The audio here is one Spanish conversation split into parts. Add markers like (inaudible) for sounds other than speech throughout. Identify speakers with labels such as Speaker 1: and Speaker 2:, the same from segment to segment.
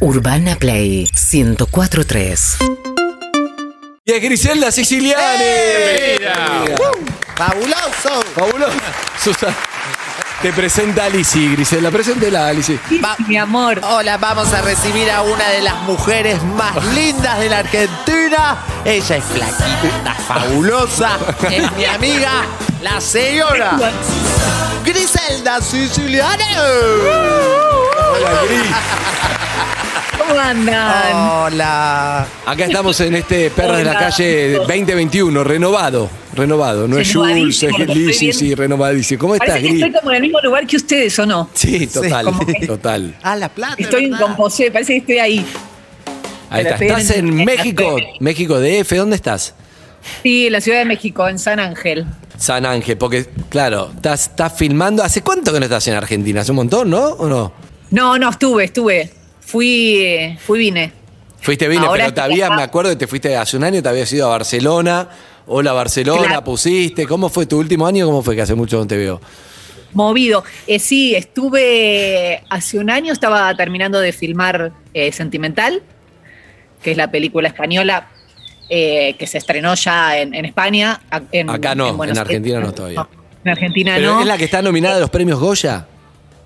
Speaker 1: Urbana Play 1043.
Speaker 2: Y es Griselda Siciliani.
Speaker 3: ¡Fabuloso!
Speaker 2: Fabulosa. Susana. Te presenta Alice, Griselda. Preséntela, Alice.
Speaker 3: Va-
Speaker 4: Mi amor.
Speaker 3: Hola, vamos a recibir a una de las mujeres más lindas de la Argentina. Ella es flaquita, fabulosa. Es mi amiga, la señora Griselda Siciliano.
Speaker 2: Hola, Gris.
Speaker 4: ¿Cómo andan?
Speaker 2: Oh,
Speaker 3: Hola.
Speaker 2: Acá estamos en este Perras de la
Speaker 4: Hola.
Speaker 2: Calle 2021, renovado. Renovado. No es Jules, es
Speaker 4: Renovadísimo, lo estoy
Speaker 2: Lizzy,
Speaker 4: viendo.
Speaker 2: sí, renovadísimo. ¿Cómo estás,
Speaker 4: Parece que
Speaker 2: Gris?
Speaker 4: estoy como en el mismo lugar que ustedes, ¿o no?
Speaker 2: Sí, total.
Speaker 3: como
Speaker 4: que-
Speaker 2: Total.
Speaker 3: Ah, la plata.
Speaker 4: Estoy en
Speaker 3: ¿verdad?
Speaker 4: Composé, parece que estoy ahí.
Speaker 2: Ahí está.
Speaker 4: Me la pegan
Speaker 2: Estás
Speaker 4: en-
Speaker 2: en
Speaker 4: en la
Speaker 2: México,
Speaker 4: tele.
Speaker 2: México DF. ¿Dónde estás?
Speaker 4: Sí, en la Ciudad de México, en San Ángel.
Speaker 2: San Ángel, porque, claro, estás, estás filmando. ¿Hace cuánto que no estás en Argentina? ¿Hace un montón, no? ¿O no?
Speaker 4: No, no, estuve, estuve. Fui, eh, fui, vine.
Speaker 2: Fuiste bien,
Speaker 4: Ahora
Speaker 2: pero
Speaker 4: estoy
Speaker 2: te habías,
Speaker 4: acá.
Speaker 2: me acuerdo que te fuiste hace un año, te habías ido a Barcelona. Hola Barcelona,
Speaker 4: Claro.
Speaker 2: pusiste. ¿Cómo fue tu último año? ¿Cómo fue que hace mucho no te veo?
Speaker 4: Movido. Eh, sí, estuve hace un año, estaba terminando de filmar eh, Sentimental, que es la película española eh, que se estrenó ya en, en España. a- En,
Speaker 2: Acá no,
Speaker 4: Buenos
Speaker 2: en Argentina
Speaker 4: Aires.
Speaker 2: no todavía.
Speaker 4: en Argentina
Speaker 2: pero
Speaker 4: no.
Speaker 2: es la que está nominada a los premios Goya.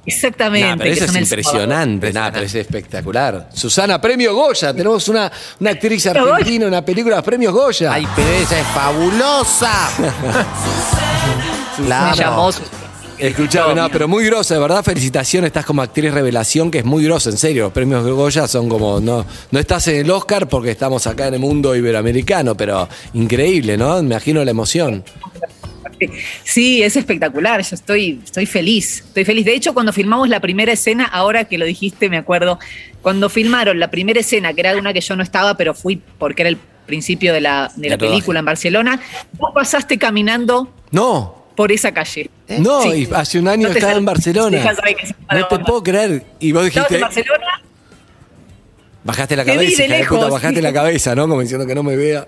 Speaker 4: Exactamente.
Speaker 2: Nah, pero
Speaker 4: que
Speaker 2: eso es
Speaker 4: son el sábado.
Speaker 2: impresionante, nah, pero es espectacular. Susana, premio Goya. Tenemos una, una actriz
Speaker 4: Premio Goya.
Speaker 2: argentina, una película, premios Goya.
Speaker 3: Ay, pero ella es
Speaker 4: (laughs)
Speaker 3: fabulosa. La
Speaker 4: Me
Speaker 3: amo.
Speaker 4: llamó su-
Speaker 2: Escuchame, no, pero muy grosa, de verdad, felicitaciones, estás como actriz revelación, que es muy grosa, en serio. Los premios Goya son como, no, no estás en el Oscar porque estamos acá en el mundo iberoamericano, pero increíble, ¿no? Me imagino la emoción.
Speaker 4: Sí, es espectacular. Yo estoy, estoy feliz. Estoy feliz. De hecho, cuando filmamos la primera escena, ahora que lo dijiste, me acuerdo, cuando filmaron la primera escena, que era de una que yo no estaba, pero fui porque era el principio de la, de la
Speaker 2: rodaje.
Speaker 4: película en Barcelona, vos pasaste caminando
Speaker 2: No,
Speaker 4: por esa calle.
Speaker 2: ¿Eh? no,
Speaker 4: Eh, Sí.
Speaker 2: y hace un año
Speaker 4: No te
Speaker 2: estaba
Speaker 4: sal-
Speaker 2: en Barcelona.
Speaker 4: Ya sabés que es una
Speaker 2: No te
Speaker 4: broma.
Speaker 2: puedo creer. Y vos
Speaker 4: Estabas
Speaker 2: dijiste,
Speaker 4: en Barcelona,
Speaker 2: bajaste la
Speaker 4: Te vi
Speaker 2: cabeza,
Speaker 4: de
Speaker 2: hija de
Speaker 4: lejos.
Speaker 2: puta, bajaste la cabeza, ¿no? Como diciendo que no me vea.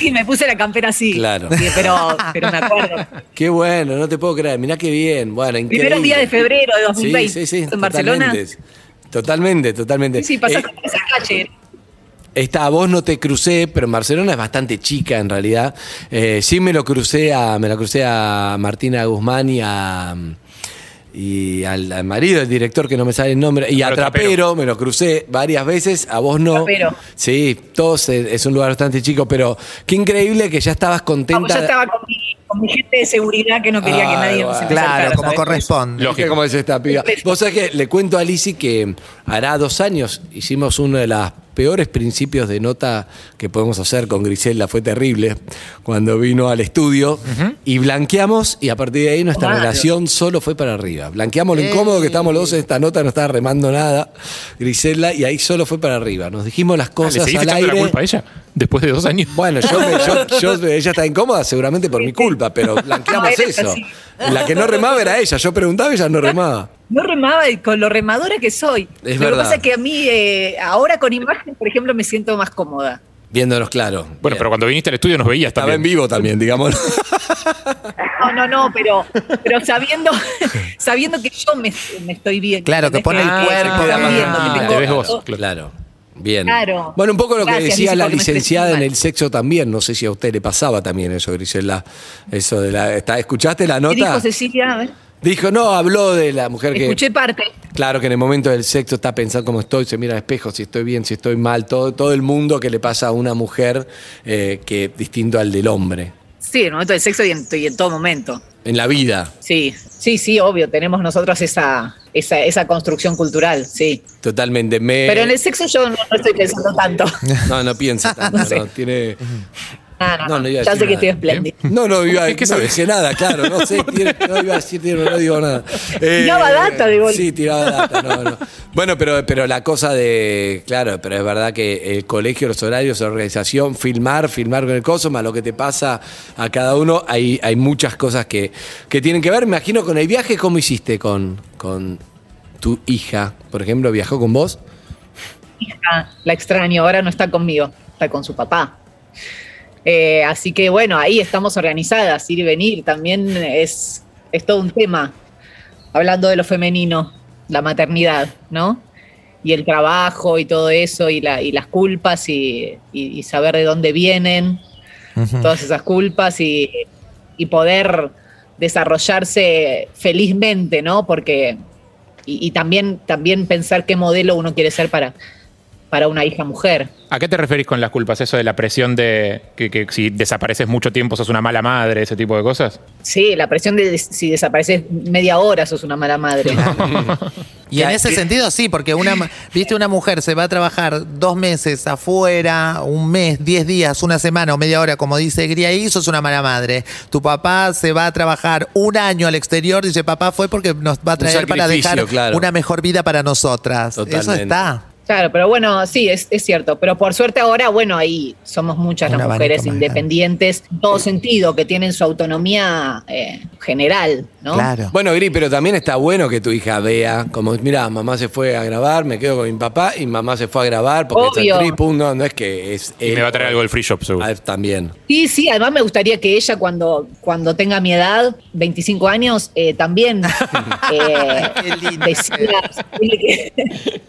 Speaker 4: y me puse la campera así.
Speaker 2: Claro.
Speaker 4: Sí, pero, pero
Speaker 2: (laughs)
Speaker 4: me acuerdo.
Speaker 2: Qué bueno, no te puedo creer. Mirá qué bien. Bueno, increíble.
Speaker 4: Primero día de febrero de 2020
Speaker 2: Sí, sí, sí.
Speaker 4: en Barcelona.
Speaker 2: totalmente. Totalmente, totalmente.
Speaker 4: Sí, sí, pasaste
Speaker 2: Eh,
Speaker 4: por esa calle.
Speaker 2: Esta a vos no te crucé, pero en Barcelona es bastante chica en realidad. Eh, sí me lo crucé a, me la crucé a Martina Guzmán y a y al, al marido del director que no me sale el nombre y a
Speaker 5: Claro,
Speaker 2: Trapero,
Speaker 5: Trapero.
Speaker 2: me lo crucé varias veces a vos no
Speaker 4: Trapero.
Speaker 2: sí todos es, es un lugar bastante chico pero qué increíble que ya estabas contenta
Speaker 4: Vamos, yo Ah, pues estaba con mi, con mi gente de seguridad que no quería que
Speaker 2: Ah,
Speaker 4: nadie nos
Speaker 2: bueno.
Speaker 4: se me acercara,
Speaker 3: Claro, como
Speaker 4: ¿sabes?
Speaker 3: corresponde.
Speaker 2: Lógico. ¿Cómo es esta piba? Vos sabés que le cuento a Lizzy que hará dos años hicimos uno de los peores principios de nota que podemos hacer con Griselda. Fue terrible cuando vino al estudio y blanqueamos y a partir de ahí nuestra
Speaker 4: Claro.
Speaker 2: relación solo fue para arriba. Blanqueamos lo
Speaker 5: Eh.
Speaker 3: Ey.
Speaker 2: incómodo que estábamos los dos en esta nota, no estaba remando nada Griselda y ahí solo fue para arriba. Nos dijimos las
Speaker 5: Ah, ¿Le
Speaker 2: cosas
Speaker 5: seguiste
Speaker 2: al
Speaker 5: echando
Speaker 2: aire.
Speaker 5: la culpa a ella? Después de dos años.
Speaker 2: Bueno, yo, me- yo- yo- ella está incómoda seguramente por mi culpa, pero blanqueamos
Speaker 4: No, eres
Speaker 2: eso.
Speaker 4: así.
Speaker 2: La que no remaba era ella. Yo preguntaba y ella no remaba.
Speaker 4: No remaba y con lo remadora que soy.
Speaker 2: Es
Speaker 4: lo que
Speaker 2: verdad.
Speaker 4: pasa es que a mí, eh, ahora con imagen, por ejemplo, me siento más cómoda.
Speaker 2: Viéndonos claro.
Speaker 5: Bueno,
Speaker 2: Bien.
Speaker 5: pero cuando viniste al estudio nos veías
Speaker 2: estaba en
Speaker 5: también.
Speaker 2: vivo también, digamos.
Speaker 4: No, no, no, pero, pero sabiendo, (laughs) sabiendo que yo me, me estoy bien.
Speaker 3: Claro, que
Speaker 4: ¿entendés?
Speaker 3: pone el
Speaker 4: me
Speaker 3: cuerpo,
Speaker 4: estoy
Speaker 3: la
Speaker 4: viendo, que
Speaker 3: mano.
Speaker 4: tengo-
Speaker 5: Te ves vos.
Speaker 2: Claro. Bien.
Speaker 4: Claro.
Speaker 2: Bueno, un poco lo que
Speaker 4: Gracias,
Speaker 2: decía
Speaker 4: Lizzy,
Speaker 2: la
Speaker 4: porque me expresé
Speaker 2: licenciada
Speaker 4: muy
Speaker 2: en
Speaker 4: mal.
Speaker 2: el sexo también. No sé si a usted le pasaba también eso, Griselda. Eso de la. está- ¿Escuchaste la
Speaker 4: ¿Qué
Speaker 2: nota?
Speaker 4: dijo Cecilia? A ver,
Speaker 2: Dijo, no, habló de la mujer que.
Speaker 4: escuché parte.
Speaker 2: Claro que en el momento del sexo está pensando cómo estoy, se mira al espejo, si estoy bien, si estoy mal, todo, todo el mundo que le pasa a una mujer eh, que distinto al del hombre.
Speaker 4: Sí, en el momento del sexo y en, y en todo momento.
Speaker 2: En la vida,
Speaker 4: Sí, sí, sí, obvio, tenemos nosotros esa, esa, esa construcción cultural, sí.
Speaker 2: totalmente. Me-
Speaker 4: Pero en el sexo yo no, no estoy pensando tanto.
Speaker 2: No, no piensa tanto,
Speaker 4: (laughs) No sé.
Speaker 2: no, tiene.
Speaker 4: No, no,
Speaker 2: (laughs) No, no iba a
Speaker 4: ya
Speaker 2: decir nada.
Speaker 4: sé que estoy espléndido.
Speaker 2: No, no iba a
Speaker 5: ¿Qué
Speaker 2: no
Speaker 5: sabes?
Speaker 2: dije nada, claro. No
Speaker 5: (laughs)
Speaker 2: sé, tiene- no iba a decir, tiene- no digo nada. Eh,
Speaker 4: Tiraba data de golpe.
Speaker 2: Sí, tiraba data, no, no. Bueno, pero, pero la cosa de. Claro, pero es verdad que el colegio, los horarios, la organización, filmar, filmar con el coso, más lo que te pasa a cada uno, hay, hay muchas cosas que, que tienen que ver. Me imagino con el viaje, ¿cómo hiciste con, con tu hija? Por ejemplo, ¿viajó con vos?
Speaker 4: hija, la extraño, ahora no está conmigo, está con su papá. Eh, así que bueno, ahí estamos organizadas, ir y venir también es, es todo un tema, hablando de lo femenino, la maternidad, ¿no? y el trabajo y todo eso y, la, y las culpas y, y- y saber de dónde vienen todas esas culpas y, y poder desarrollarse felizmente, ¿no? Porque y, y también también pensar qué modelo uno quiere ser para para una hija mujer.
Speaker 5: ¿A qué te referís con las culpas? ¿Eso de la presión de que, que si desapareces mucho tiempo sos una mala madre, ese tipo de cosas?
Speaker 4: Sí, la presión de si desapareces media hora sos una mala madre.
Speaker 3: Y en ese sentido sí, porque una
Speaker 2: (laughs)
Speaker 3: ma- viste una mujer se va a trabajar dos meses afuera, un mes, diez días, una semana o media hora, como dice Griaí, sos una mala madre. Tu papá se va a trabajar un año al exterior, dice papá fue porque nos va a traer para
Speaker 2: sacrificio,
Speaker 3: dejar
Speaker 2: claro.
Speaker 3: una mejor vida para nosotras. Eso
Speaker 2: Totalmente.
Speaker 3: está.
Speaker 4: Claro, pero bueno, sí, es, es cierto. Pero por suerte ahora, bueno, ahí somos muchas
Speaker 3: Un
Speaker 4: las
Speaker 3: abanico
Speaker 4: mujeres
Speaker 3: más
Speaker 4: independientes, en todo sentido, que tienen su autonomía eh, general, ¿no?
Speaker 3: Claro.
Speaker 2: Bueno, Gris, pero también está bueno que tu hija vea, como, mira, mamá se fue a grabar, me quedo con mi papá y mamá se fue a grabar porque
Speaker 4: Obvio.
Speaker 2: es actriz, pum, no, no es que es...
Speaker 5: Y
Speaker 2: él.
Speaker 5: me va a traer algo del free shop, seguro.
Speaker 2: Ah, También.
Speaker 4: Sí, sí, además me gustaría que ella cuando, cuando tenga mi edad, 25 años, eh, también eh, decida si tiene que, (laughs)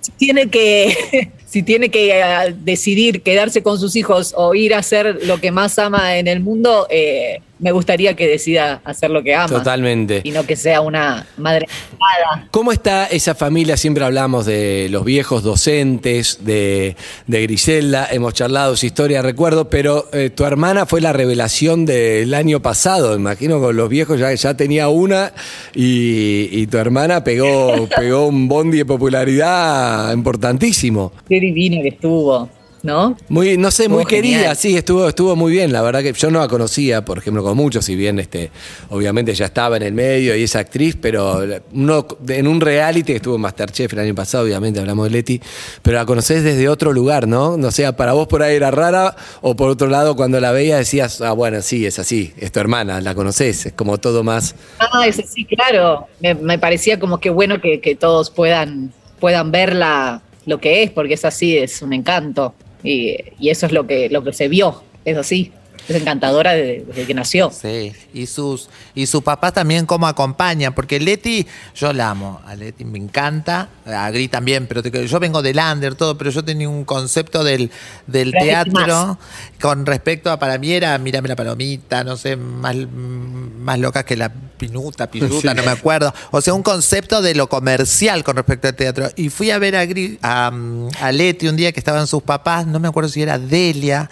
Speaker 4: si tiene que, (laughs) si tiene que eh, decidir quedarse con sus hijos o ir a hacer lo que más ama en el mundo, eh, me gustaría que decida hacer lo que ama.
Speaker 2: Totalmente.
Speaker 4: Y no que sea una madre enojada.
Speaker 2: ¿Cómo está esa familia? Siempre hablamos de los viejos docentes, de, de Griselda, hemos charlado su historia, recuerdo, pero eh, tu hermana fue la revelación del año pasado, imagino con los viejos ya, ya tenía una y, y tu hermana
Speaker 4: (laughs)
Speaker 2: pegó, pegó un bondi de popularidad importantísimo.
Speaker 4: Qué divina que estuvo, ¿no?
Speaker 2: Muy, no sé, muy
Speaker 4: Estuvo genial.
Speaker 2: querida, sí, estuvo, estuvo muy bien. La verdad que yo no la conocía, por ejemplo, con muchos, si bien este, obviamente ya estaba en el medio y es actriz, pero la- no, en un reality que estuvo en Masterchef el año pasado, obviamente hablamos de Leti, pero la conocés desde otro lugar, ¿no? No sea, para vos por ahí era rara, o por otro lado, cuando la veías decías, ah, bueno, sí, es así, es tu hermana, la conocés, es como todo más.
Speaker 4: Ah, eso sí, claro. Me, me parecía como que bueno que, que todos puedan, puedan verla lo que es, porque es así, es un encanto. Y, y eso es lo que, lo que se vio, eso sí. Es encantadora desde, desde que nació.
Speaker 3: Sí, y sus, y sus papás también cómo acompañan, porque Leti, yo la amo, a Leti me encanta, a Gri también, pero te- yo vengo del under, todo, pero yo tenía un concepto del, del
Speaker 4: Pero Leti
Speaker 3: teatro con respecto a, para mí era, mírame la palomita, no sé, más, más loca que la pinuta, piruta, no me acuerdo, o sea, un concepto de lo comercial con respecto al teatro, y fui a ver a, Gri- a, mm, a Leti un día que estaban sus papás, no me acuerdo si era Delia,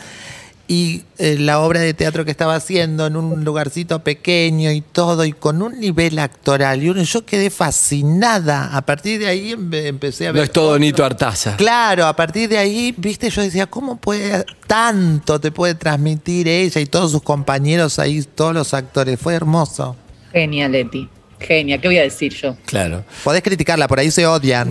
Speaker 3: y eh, la obra de teatro que estaba haciendo en un lugarcito pequeño y todo, y con un nivel actoral. Y uno, yo quedé fascinada. A partir de ahí empe- empecé a ver.
Speaker 2: No es todo Nito Artaza.
Speaker 3: Claro, a partir de ahí, viste, yo decía, ¿cómo puede tanto te puede transmitir ella y todos sus compañeros ahí, todos los actores? Fue hermoso.
Speaker 4: Genia, Leti. Genia, ¿qué voy a decir yo?
Speaker 2: Claro.
Speaker 3: Podés criticarla, por ahí se odian.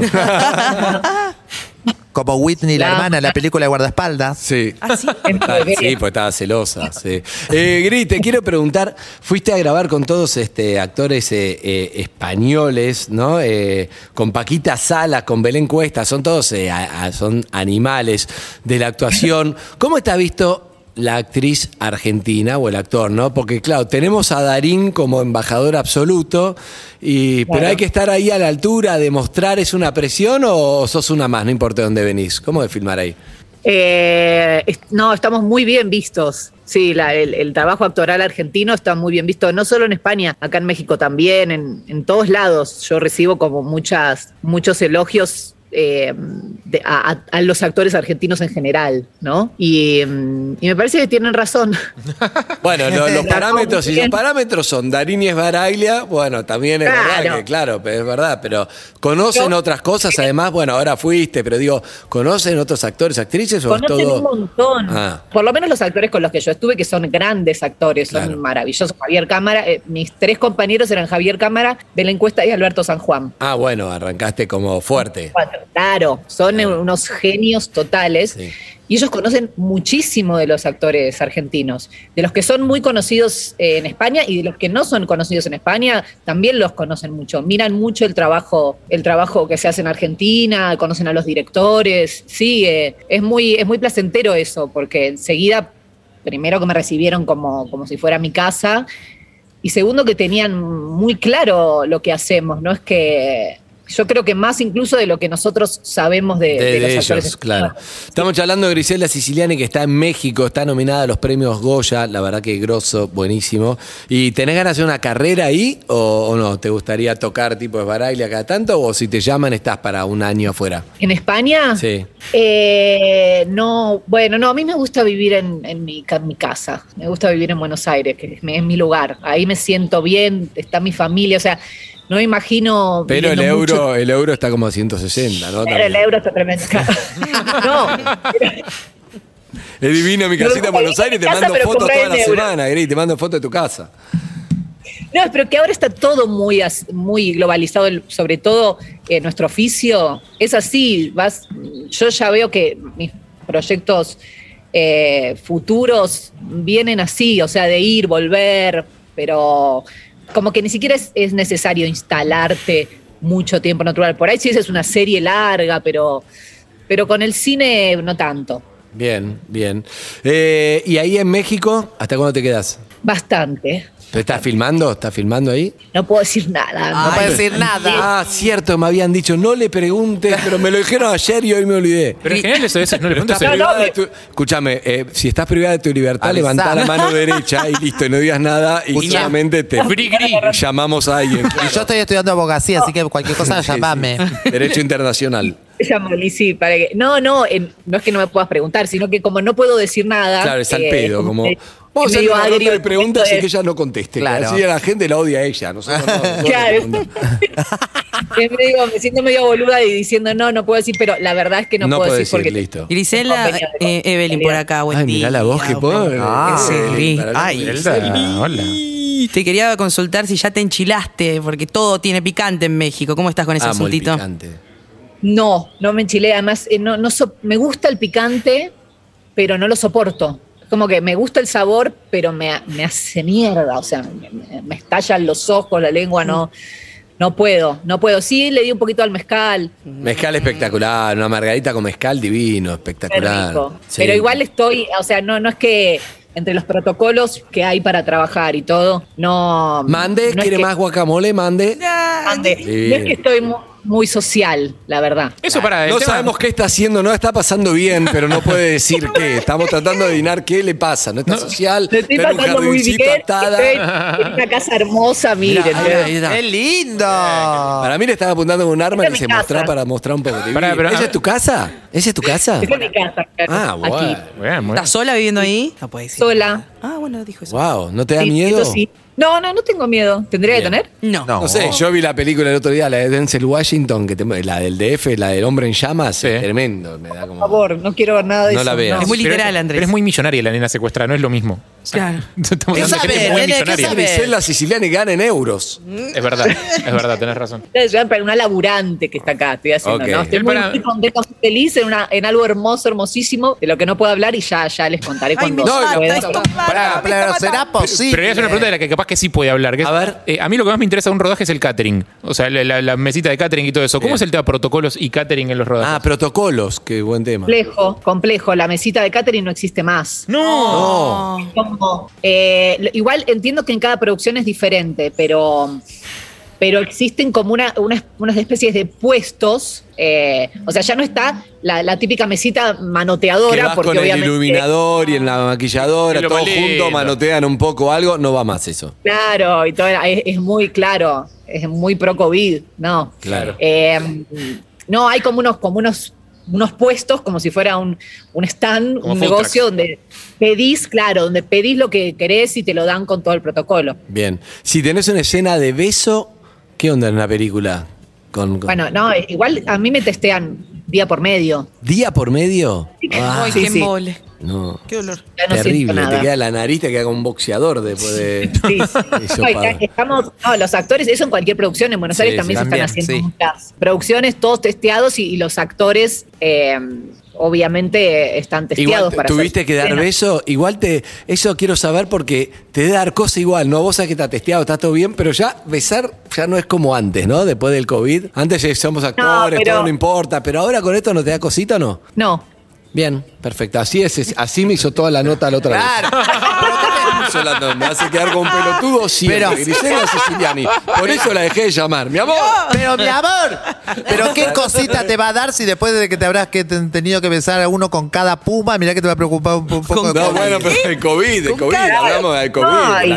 Speaker 3: Como Whitney, la
Speaker 4: La-
Speaker 3: hermana, en la película de guardaespaldas.
Speaker 2: Sí.
Speaker 4: Es
Speaker 2: Ah,
Speaker 4: (laughs) muy
Speaker 2: sí,
Speaker 4: bella.
Speaker 2: pues estaba celosa. Sí. Eh, Gris, te quiero preguntar, fuiste a grabar con todos este, actores eh, eh, españoles, ¿no? Eh, con Paquita Salas, con Belén Cuesta, son todos eh, a- a- son animales de la actuación. ¿Cómo está visto la actriz argentina o el actor, ¿no? Porque claro, tenemos a Darín como embajador absoluto, y, pero
Speaker 4: Claro.
Speaker 2: hay que estar ahí a la altura, demostrar es una presión o sos una más, no importa de dónde venís. ¿Cómo de filmar ahí?
Speaker 4: Eh, est- no, estamos muy bien vistos. Sí, la- el, el trabajo actoral argentino está muy bien visto, no solo en España, acá en México también, en, en todos lados. Yo recibo como muchas, muchos elogios eh, de- a, a- a los actores argentinos en general, ¿no? Y, mm, y me parece que tienen razón.
Speaker 2: Bueno, lo-
Speaker 4: (laughs)
Speaker 2: los
Speaker 4: Está
Speaker 2: parámetros,
Speaker 4: todo
Speaker 2: y
Speaker 4: bien.
Speaker 2: los parámetros son Darín y Esbaraglia, bueno, también es verdad
Speaker 4: Claro.
Speaker 2: que, claro, pero es verdad, pero conocen
Speaker 4: Yo-
Speaker 2: otras cosas, además, bueno, ahora fuiste, pero digo, ¿conocen otros actores, actrices o es
Speaker 4: Conocen
Speaker 2: todo?
Speaker 4: un montón.
Speaker 2: Ah.
Speaker 4: Por lo menos los actores con los que yo estuve, que son grandes actores,
Speaker 2: Claro.
Speaker 4: son maravillosos. Javier Cámara, eh, mis tres compañeros eran Javier Cámara, de la encuesta y Alberto San Juan.
Speaker 2: Ah, bueno, arrancaste como fuerte.
Speaker 4: Cuatro, Claro, son unos genios totales.
Speaker 2: Sí.
Speaker 4: Y ellos conocen muchísimo de los actores argentinos, de los que son muy conocidos eh, en España y de los que no son conocidos en España, también los conocen mucho. Miran mucho el trabajo, el trabajo que se hace en Argentina, conocen a los directores. Sí, eh, es muy, es muy placentero eso, porque enseguida, primero que me recibieron como, como si fuera mi casa, y segundo que tenían muy claro lo que hacemos, no es que yo creo que más incluso de lo que nosotros sabemos de,
Speaker 2: De,
Speaker 4: de los
Speaker 2: de
Speaker 4: actores.
Speaker 2: ellos, claro. Estamos charlando de Griselda Siciliani, que está en México, está nominada a los premios Goya, la verdad que grosso, buenísimo. ¿Y tenés ganas de hacer una carrera ahí o, o no? ¿Te gustaría tocar tipo de Baraglia cada tanto o si te llaman estás para un año afuera?
Speaker 4: ¿En España?
Speaker 2: Sí.
Speaker 4: Eh, no, bueno, no, a mí me gusta vivir en, en mi, ca- mi casa, me gusta vivir en Buenos Aires, que es mi, es mi lugar, ahí me siento bien, está mi familia, o sea, no me imagino...
Speaker 2: Pero el
Speaker 4: viviendo mucho-
Speaker 2: euro, el euro está como a 160, ¿no?
Speaker 4: Pero el
Speaker 2: También.
Speaker 4: euro está tremendo.
Speaker 2: (laughs)
Speaker 4: no,
Speaker 2: Es divino mi
Speaker 4: Pero
Speaker 2: casita en
Speaker 4: como
Speaker 2: Buenos
Speaker 4: vivís en
Speaker 2: Aires, te
Speaker 4: casa,
Speaker 2: mando
Speaker 4: pero
Speaker 2: fotos
Speaker 4: comprá
Speaker 2: toda
Speaker 4: en
Speaker 2: la
Speaker 4: euro.
Speaker 2: semana, Gris, te mando fotos de tu casa.
Speaker 4: No, pero que ahora está todo muy, as- muy globalizado, el- sobre todo eh, nuestro oficio. Es así, vas, yo ya veo que mis proyectos eh, futuros vienen así, o sea, de ir, volver, pero como que ni siquiera es, es necesario instalarte mucho tiempo natural. Por ahí sí es una serie larga, pero, pero con el cine no tanto.
Speaker 2: Bien, bien. Eh, ¿Y ahí en México, hasta cuándo te quedas?
Speaker 4: Bastante.
Speaker 2: ¿Estás filmando? ¿Estás filmando ahí?
Speaker 4: No puedo decir nada.
Speaker 3: No
Speaker 4: ¿no?
Speaker 3: puedo decir nada.
Speaker 2: Ah, cierto, me habían dicho, no le preguntes, pero me lo dijeron ayer y hoy me olvidé.
Speaker 5: Pero en general eso es, no le
Speaker 2: Pero
Speaker 5: preguntes.
Speaker 2: estás
Speaker 5: el-
Speaker 2: privada de tu- Escúchame, eh, si estás privada de tu libertad,
Speaker 3: Avisá.
Speaker 2: levantá la
Speaker 3: (laughs)
Speaker 2: mano derecha y listo, y no digas nada y
Speaker 3: Escuchá.
Speaker 2: solamente te
Speaker 5: Gri, gri.
Speaker 2: llamamos a alguien.
Speaker 3: Y yo estoy estudiando abogacía, así que cualquier cosa llamame.
Speaker 2: Derecho internacional.
Speaker 4: Ella Molly, sí, para que. No, no, en- no es que no me puedas preguntar, sino que como no puedo decir nada.
Speaker 2: Claro, es al
Speaker 4: eh,
Speaker 2: pedo, como. "Oh,
Speaker 4: que-
Speaker 2: Vamos a
Speaker 4: que
Speaker 2: hacer
Speaker 4: medio
Speaker 2: una
Speaker 4: agrio,
Speaker 2: ronda de preguntas y
Speaker 4: entonces-
Speaker 2: que
Speaker 4: (laughs)
Speaker 2: ella no conteste.
Speaker 3: Claro.
Speaker 2: Así la gente la odia a ella. Nosotros no, nosotros
Speaker 4: Claro.
Speaker 2: (laughs) no.
Speaker 4: Es medio- me siento medio boluda y diciendo no, no puedo decir, pero la verdad es que no,
Speaker 2: No
Speaker 4: puedo
Speaker 2: puedo
Speaker 4: decir, porque.
Speaker 2: decir, listo.
Speaker 6: Grisela,
Speaker 4: Convenio de
Speaker 6: eh, Evelyn por acá, buen
Speaker 2: Ay,
Speaker 6: día.
Speaker 2: mirá la voz que pone.
Speaker 3: Ah,
Speaker 6: sí, Gris.
Speaker 2: para hablar
Speaker 3: Ay,
Speaker 2: con Griselda.
Speaker 5: Zelda, Hola.
Speaker 6: Te quería consultar si ya te enchilaste, porque todo tiene picante en México. ¿Cómo estás con ese
Speaker 2: Amo el
Speaker 6: asuntito?
Speaker 2: picante.
Speaker 4: No, no me enchilé. Además, eh, no, no so- me gusta el picante, pero no lo soporto. Como que me gusta el sabor, pero me, ha- me hace mierda. O sea, me, me- me estallan los ojos, la lengua,
Speaker 6: Mm.
Speaker 4: no. No puedo, no puedo. Sí, le di un poquito al mezcal.
Speaker 2: Mezcal espectacular, una margarita con mezcal divino,
Speaker 4: Qué
Speaker 2: espectacular.
Speaker 4: rico.
Speaker 2: Sí.
Speaker 4: Pero igual estoy, o sea, no, no es que entre los protocolos que hay para trabajar y todo, no.
Speaker 2: Mande,
Speaker 4: no es
Speaker 2: quiere
Speaker 4: que-
Speaker 2: más guacamole, mande.
Speaker 4: Mande.
Speaker 2: Divino.
Speaker 4: No es que estoy mu- muy, social, la verdad.
Speaker 5: Eso para el
Speaker 2: No
Speaker 5: tema-
Speaker 2: sabemos qué está haciendo, no está pasando bien, pero no puede decir (laughs) qué. Estamos tratando de adivinar qué le pasa. No está social,
Speaker 4: Lo estoy
Speaker 2: está en un
Speaker 4: pasando muy bien.
Speaker 2: jardincito atada.
Speaker 4: Estoy en una casa hermosa, miren. ¿eh?
Speaker 3: Mirá,
Speaker 4: ¿no?
Speaker 3: mirá, ¡Qué lindo!
Speaker 2: Para mí le estaba apuntando con un arma
Speaker 4: Esta
Speaker 2: que
Speaker 4: es
Speaker 2: se
Speaker 4: mi casa.
Speaker 2: mostraba para mostrar un poco. de
Speaker 5: (laughs) Pará,
Speaker 2: vida.
Speaker 5: pero-
Speaker 2: ¿Esa es tu casa? ¿Esa es tu casa?
Speaker 4: Esa es mi casa, claro,
Speaker 2: Ah,
Speaker 4: aquí,
Speaker 2: bueno.
Speaker 5: Bien, muy bien.
Speaker 6: ¿Estás sola viviendo ahí? No puede ser.
Speaker 4: sola.
Speaker 6: Ah, bueno, dijo eso.
Speaker 2: Wow, ¿no te da
Speaker 4: Sí,
Speaker 2: miedo?
Speaker 4: eso sí. No, no, no tengo miedo. ¿Tendría
Speaker 2: Bien.
Speaker 4: que tener?
Speaker 6: No.
Speaker 2: No sé, yo vi la película el otro día, la de Denzel Washington, que te- la del DF, la del hombre en llamas,
Speaker 5: Sí.
Speaker 2: es tremendo. Me da como...
Speaker 4: Por favor, no quiero ver nada de
Speaker 2: No
Speaker 4: eso.
Speaker 2: la veas.
Speaker 6: Es muy
Speaker 5: Pero-
Speaker 6: literal, Andrés.
Speaker 5: Pero es muy millonaria la nena secuestrada, no es lo mismo.
Speaker 6: Claro.
Speaker 5: (laughs) Estamos hablando de
Speaker 3: sabe,
Speaker 5: gente muy
Speaker 3: nene, ¿qué
Speaker 5: millonaria.
Speaker 3: sabe?
Speaker 2: Grisela Siciliani gana en euros.
Speaker 5: Es verdad, es verdad, tenés razón.
Speaker 4: Ustedes llevan para una laburante que está acá, estoy haciendo,
Speaker 2: Ok.
Speaker 4: ¿no? Estoy
Speaker 5: Es
Speaker 4: muy,
Speaker 5: para-
Speaker 4: muy contenta, muy feliz en, una- en algo hermoso, hermosísimo, de lo que no puedo hablar y ya, ya les contaré cuando
Speaker 2: no, la
Speaker 4: pueda.
Speaker 2: puta madre.
Speaker 3: Pará, pero será posible.
Speaker 5: Pero voy a hacer una pregunta de la que capaz que sí puede hablar. que es-
Speaker 2: A ver.
Speaker 5: eh, a mí lo que más me interesa de un rodaje es el catering. O sea, la, la- la mesita de catering y todo eso. ¿Cómo
Speaker 2: Bien.
Speaker 5: es el tema protocolos y catering en los
Speaker 2: Ah,
Speaker 5: rodajes?
Speaker 2: protocolos, qué buen tema.
Speaker 4: Complejo, complejo. La mesita de catering no existe
Speaker 3: Ah.
Speaker 4: más.
Speaker 5: ¡No!
Speaker 2: No.
Speaker 4: Como, eh, lo- igual entiendo que en cada producción es diferente, pero, pero existen como una, una- unas especies de puestos. eh, o sea, ya no está la, la típica mesita
Speaker 2: Que
Speaker 4: manoteadora,
Speaker 2: vas
Speaker 4: porque
Speaker 2: con el
Speaker 4: obviamente.
Speaker 2: iluminador y en la maquilladora,
Speaker 5: Es lo
Speaker 2: todos
Speaker 5: más lindo.
Speaker 2: juntos manotean un poco algo, no va más eso.
Speaker 4: Claro, y todo era- es, es muy claro, es muy pro COVID, ¿no?
Speaker 2: Claro.
Speaker 4: Eh, no, hay como unos, como unos, unos puestos, como si fuera un, un stand,
Speaker 5: Como
Speaker 4: un
Speaker 5: food
Speaker 4: negocio
Speaker 5: trucks.
Speaker 4: donde pedís, claro, donde pedís lo que querés y te lo dan con todo el protocolo.
Speaker 2: Bien. Si tenés una escena de beso, ¿qué onda en la película? Con, con-
Speaker 4: Bueno, no, eh, igual a mí me testean día por medio.
Speaker 2: ¿Día por medio? Ah,
Speaker 6: Ay,
Speaker 4: Sí,
Speaker 6: qué
Speaker 4: sí.
Speaker 6: embole.
Speaker 2: no.
Speaker 6: Qué dolor.
Speaker 4: Ya no siento
Speaker 2: Terrible,
Speaker 4: nada.
Speaker 2: te queda la nariz, te queda como un boxeador después de.
Speaker 4: (laughs) Sí.
Speaker 2: Eso
Speaker 4: No, y
Speaker 2: pasa.
Speaker 4: ya estamos, no, los actores, eso en cualquier producción, en Buenos
Speaker 2: Sí,
Speaker 4: Aires
Speaker 2: sí,
Speaker 4: también,
Speaker 3: también,
Speaker 4: se están haciendo
Speaker 3: sí.
Speaker 4: muchas producciones, todos testeados y, y los actores eh, obviamente eh, están
Speaker 2: (laughs)
Speaker 4: testeados
Speaker 2: Igual
Speaker 4: para hacer
Speaker 2: tuviste
Speaker 4: sus
Speaker 2: que dar
Speaker 4: escenas.
Speaker 2: beso, igual te, eso quiero saber porque te debe dar cosa igual, ¿no? Vos sabés que está testeado, está todo bien, pero ya besar ya no es como antes, ¿no? Después del COVID. Antes ya somos actores,
Speaker 4: pero-
Speaker 2: todo no importa, pero ahora con esto no te da cosita o no?
Speaker 4: No,
Speaker 2: Bien, perfecto. Así es, es- así me hizo toda la nota la otra vez. Pero ¿qué me hizo la- Me hace quedar como un pelotudo siempre.
Speaker 3: Pero-
Speaker 2: Griselda Siciliani. Por eso la dejé de llamar. Mi amor.
Speaker 3: Pero mi amor, pero qué cosita te va a dar si después de que te habrás que ten- tenido que besar a uno con cada puma, mirá que te va a preocupar un po- un poco.
Speaker 2: No, bueno, pero el COVID, el COVID, hablamos del COVID,
Speaker 4: No,
Speaker 2: de la
Speaker 4: y, y cada, y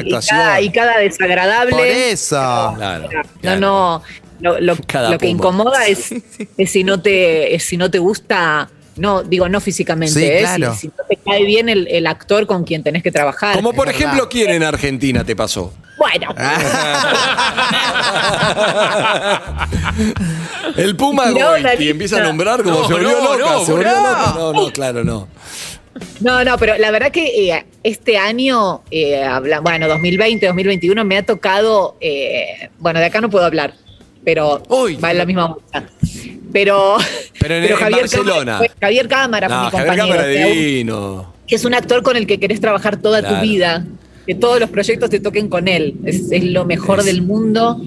Speaker 2: actuación.
Speaker 4: cada desagradable.
Speaker 3: Por eso.
Speaker 2: Claro,
Speaker 4: No,
Speaker 2: claro.
Speaker 4: no. Lo, lo-
Speaker 2: Cada
Speaker 4: lo que
Speaker 2: puma.
Speaker 4: incomoda es, es si no te, es si no te gusta, no, digo, no físicamente,
Speaker 3: Sí,
Speaker 4: eh,
Speaker 3: claro.
Speaker 4: si, si no te cae bien el, el actor con quien tenés que trabajar.
Speaker 2: Como por
Speaker 3: Es
Speaker 2: ejemplo,
Speaker 3: verdad.
Speaker 2: ¿quién en Argentina te pasó?
Speaker 4: Bueno,
Speaker 2: El Puma
Speaker 4: Tiró
Speaker 2: Goiti
Speaker 4: la lista.
Speaker 2: empieza a nombrar como
Speaker 5: No,
Speaker 2: se volvió
Speaker 5: no,
Speaker 2: loca,
Speaker 5: no,
Speaker 2: se volvió
Speaker 5: no.
Speaker 2: loca. No, no, claro, no.
Speaker 4: no, no, pero la verdad que eh, este año, eh, habla- bueno, 2020, 2021, me ha tocado, eh, bueno, de acá no puedo hablar, pero
Speaker 2: Uy.
Speaker 4: va en la misma onda. Pero,
Speaker 2: Pero en- en Barcelona.
Speaker 4: Cámara, Javier Cámara fue
Speaker 2: No,
Speaker 4: mi
Speaker 2: Javier
Speaker 4: compañero.
Speaker 2: Cámara
Speaker 4: o sea, un-
Speaker 2: divino.
Speaker 4: que es un actor con el que querés trabajar toda
Speaker 2: Claro.
Speaker 4: tu vida, que todos los proyectos te toquen con él. Es, es lo mejor del mundo,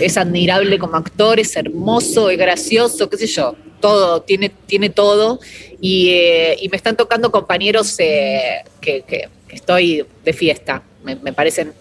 Speaker 4: es admirable como actor, es hermoso, es gracioso, qué sé yo, todo, tiene, tiene todo. Y, eh, y me están tocando compañeros eh, que, que- que estoy de fiesta, me, me parecen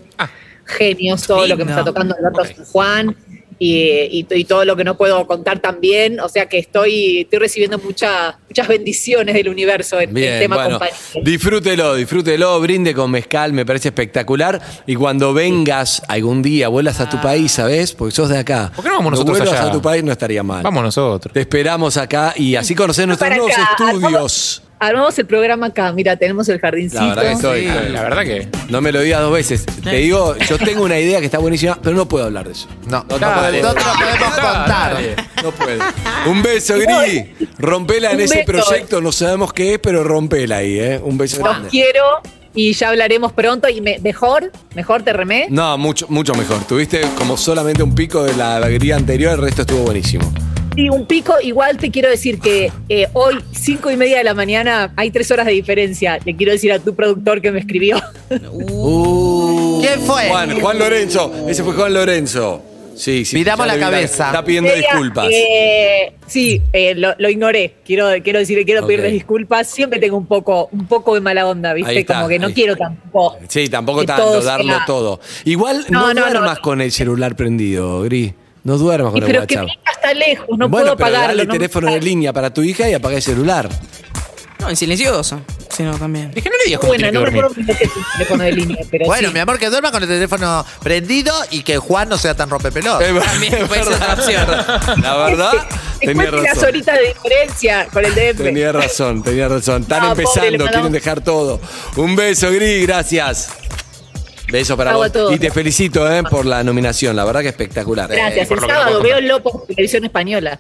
Speaker 4: genios todo lo que me
Speaker 6: Lindo.
Speaker 4: está tocando Alberto
Speaker 5: Ok.
Speaker 4: San Juan. Y, y- y todo lo que no puedo contar también, o sea que estoy, estoy recibiendo mucha- muchas bendiciones del universo en, el
Speaker 2: Bien,
Speaker 4: tema
Speaker 2: bueno,
Speaker 4: compañía.
Speaker 2: disfrútelo, disfrútelo, brinde con mezcal, me parece espectacular. Y cuando vengas algún día, vuelas
Speaker 4: Ah.
Speaker 2: a tu país, ¿sabes? Porque sos de acá.
Speaker 5: ¿Por qué no vamos nosotros
Speaker 2: vuelvas
Speaker 5: allá?
Speaker 2: a tu país no estaría mal.
Speaker 5: Vamos nosotros.
Speaker 2: Te esperamos acá y así conocer nuestros
Speaker 4: Para
Speaker 2: nuevos
Speaker 4: acá,
Speaker 2: estudios.
Speaker 4: Armamos el programa acá, mira, tenemos el jardincito.
Speaker 2: La verdad que estoy.
Speaker 5: Ah, La verdad que.
Speaker 2: No me lo digas dos veces. Te digo, yo tengo una idea que está buenísima, pero no puedo hablar de eso.
Speaker 3: No, no,
Speaker 5: Dale.
Speaker 3: te lo podemos contar.
Speaker 5: Dale.
Speaker 2: No puedo. Un beso, Gris. Rompela en
Speaker 4: Un
Speaker 2: ese
Speaker 4: beso.
Speaker 2: proyecto, no sabemos qué es, pero rompela ahí, ¿eh? Un beso
Speaker 4: Los
Speaker 2: grande.
Speaker 4: quiero y ya hablaremos pronto. Y me- mejor, mejor te remé.
Speaker 2: No, mucho, mucho mejor. Tuviste como solamente un pico de la alegría anterior, el resto estuvo buenísimo.
Speaker 4: Y un pico, igual te quiero decir que eh, hoy, cinco y media de la mañana, hay tres horas de diferencia. Le quiero decir a tu productor que me escribió.
Speaker 6: Uh.
Speaker 3: ¿Quién fue?
Speaker 2: Juan, Juan Lorenzo. Ese fue Juan Lorenzo. Sí, sí. ya
Speaker 3: Miramos la
Speaker 2: le vi
Speaker 3: cabeza.
Speaker 2: Está pidiendo
Speaker 4: Ella,
Speaker 2: disculpas.
Speaker 4: eh, sí, eh, lo, lo ignoré. Quiero, quiero decirle, quiero
Speaker 2: Ok.
Speaker 4: pedirles disculpas. Siempre tengo un poco, un poco de mala onda,
Speaker 2: Ahí
Speaker 4: ¿viste?
Speaker 2: está,
Speaker 4: Como que no
Speaker 2: ahí.
Speaker 4: quiero tampoco.
Speaker 2: Sí, tampoco
Speaker 4: que
Speaker 2: tanto,
Speaker 4: todo sea-
Speaker 2: darlo todo. Igual no,
Speaker 4: No, no, no.
Speaker 2: duermas con el celular prendido, Gris. No duermas
Speaker 4: Y
Speaker 2: con el
Speaker 4: pero que
Speaker 2: WhatsApp.
Speaker 4: mi hija está lejos, no
Speaker 2: bueno,
Speaker 4: puedo
Speaker 2: pero
Speaker 4: pagarlo.
Speaker 2: dale
Speaker 4: no me
Speaker 2: teléfono
Speaker 4: sale.
Speaker 2: en línea para tu hija y apaga el celular.
Speaker 6: No, en silencioso. Sino (laughs) también.
Speaker 5: Dije, no le digas cómo
Speaker 4: Bueno,
Speaker 5: tiene que
Speaker 4: no
Speaker 5: dormir.
Speaker 4: recuerdo si es el teléfono de línea, pero
Speaker 3: Bueno,
Speaker 4: sí.
Speaker 3: mi amor, que duerma con el teléfono prendido y que Juan no sea tan rompepelón.
Speaker 2: Eh,
Speaker 6: También puede ser otra opción.
Speaker 2: La verdad,
Speaker 4: Te
Speaker 2: tenía
Speaker 4: cuento las
Speaker 2: razón.
Speaker 4: horitas de diferencia con el DF.
Speaker 2: Tenía razón, tenía razón. Están
Speaker 4: No, pobre, le
Speaker 2: empezando,
Speaker 4: mandamos-
Speaker 2: quieren dejar todo. Un beso, Gris, gracias. Beso para
Speaker 4: Chau
Speaker 2: vos.
Speaker 4: a todos.
Speaker 2: Y te felicito eh, por la nominación, la verdad que espectacular.
Speaker 4: Gracias.
Speaker 5: por
Speaker 4: El
Speaker 5: lo que no
Speaker 4: sábado
Speaker 5: puedo
Speaker 4: veo Lopo por televisión española.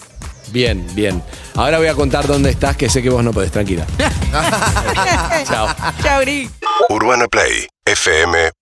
Speaker 2: Bien, bien. Ahora voy a contar dónde estás, que sé que vos no podés, tranquila. Chao.
Speaker 6: Chao, Gris.
Speaker 7: UrbanaPlay fm.com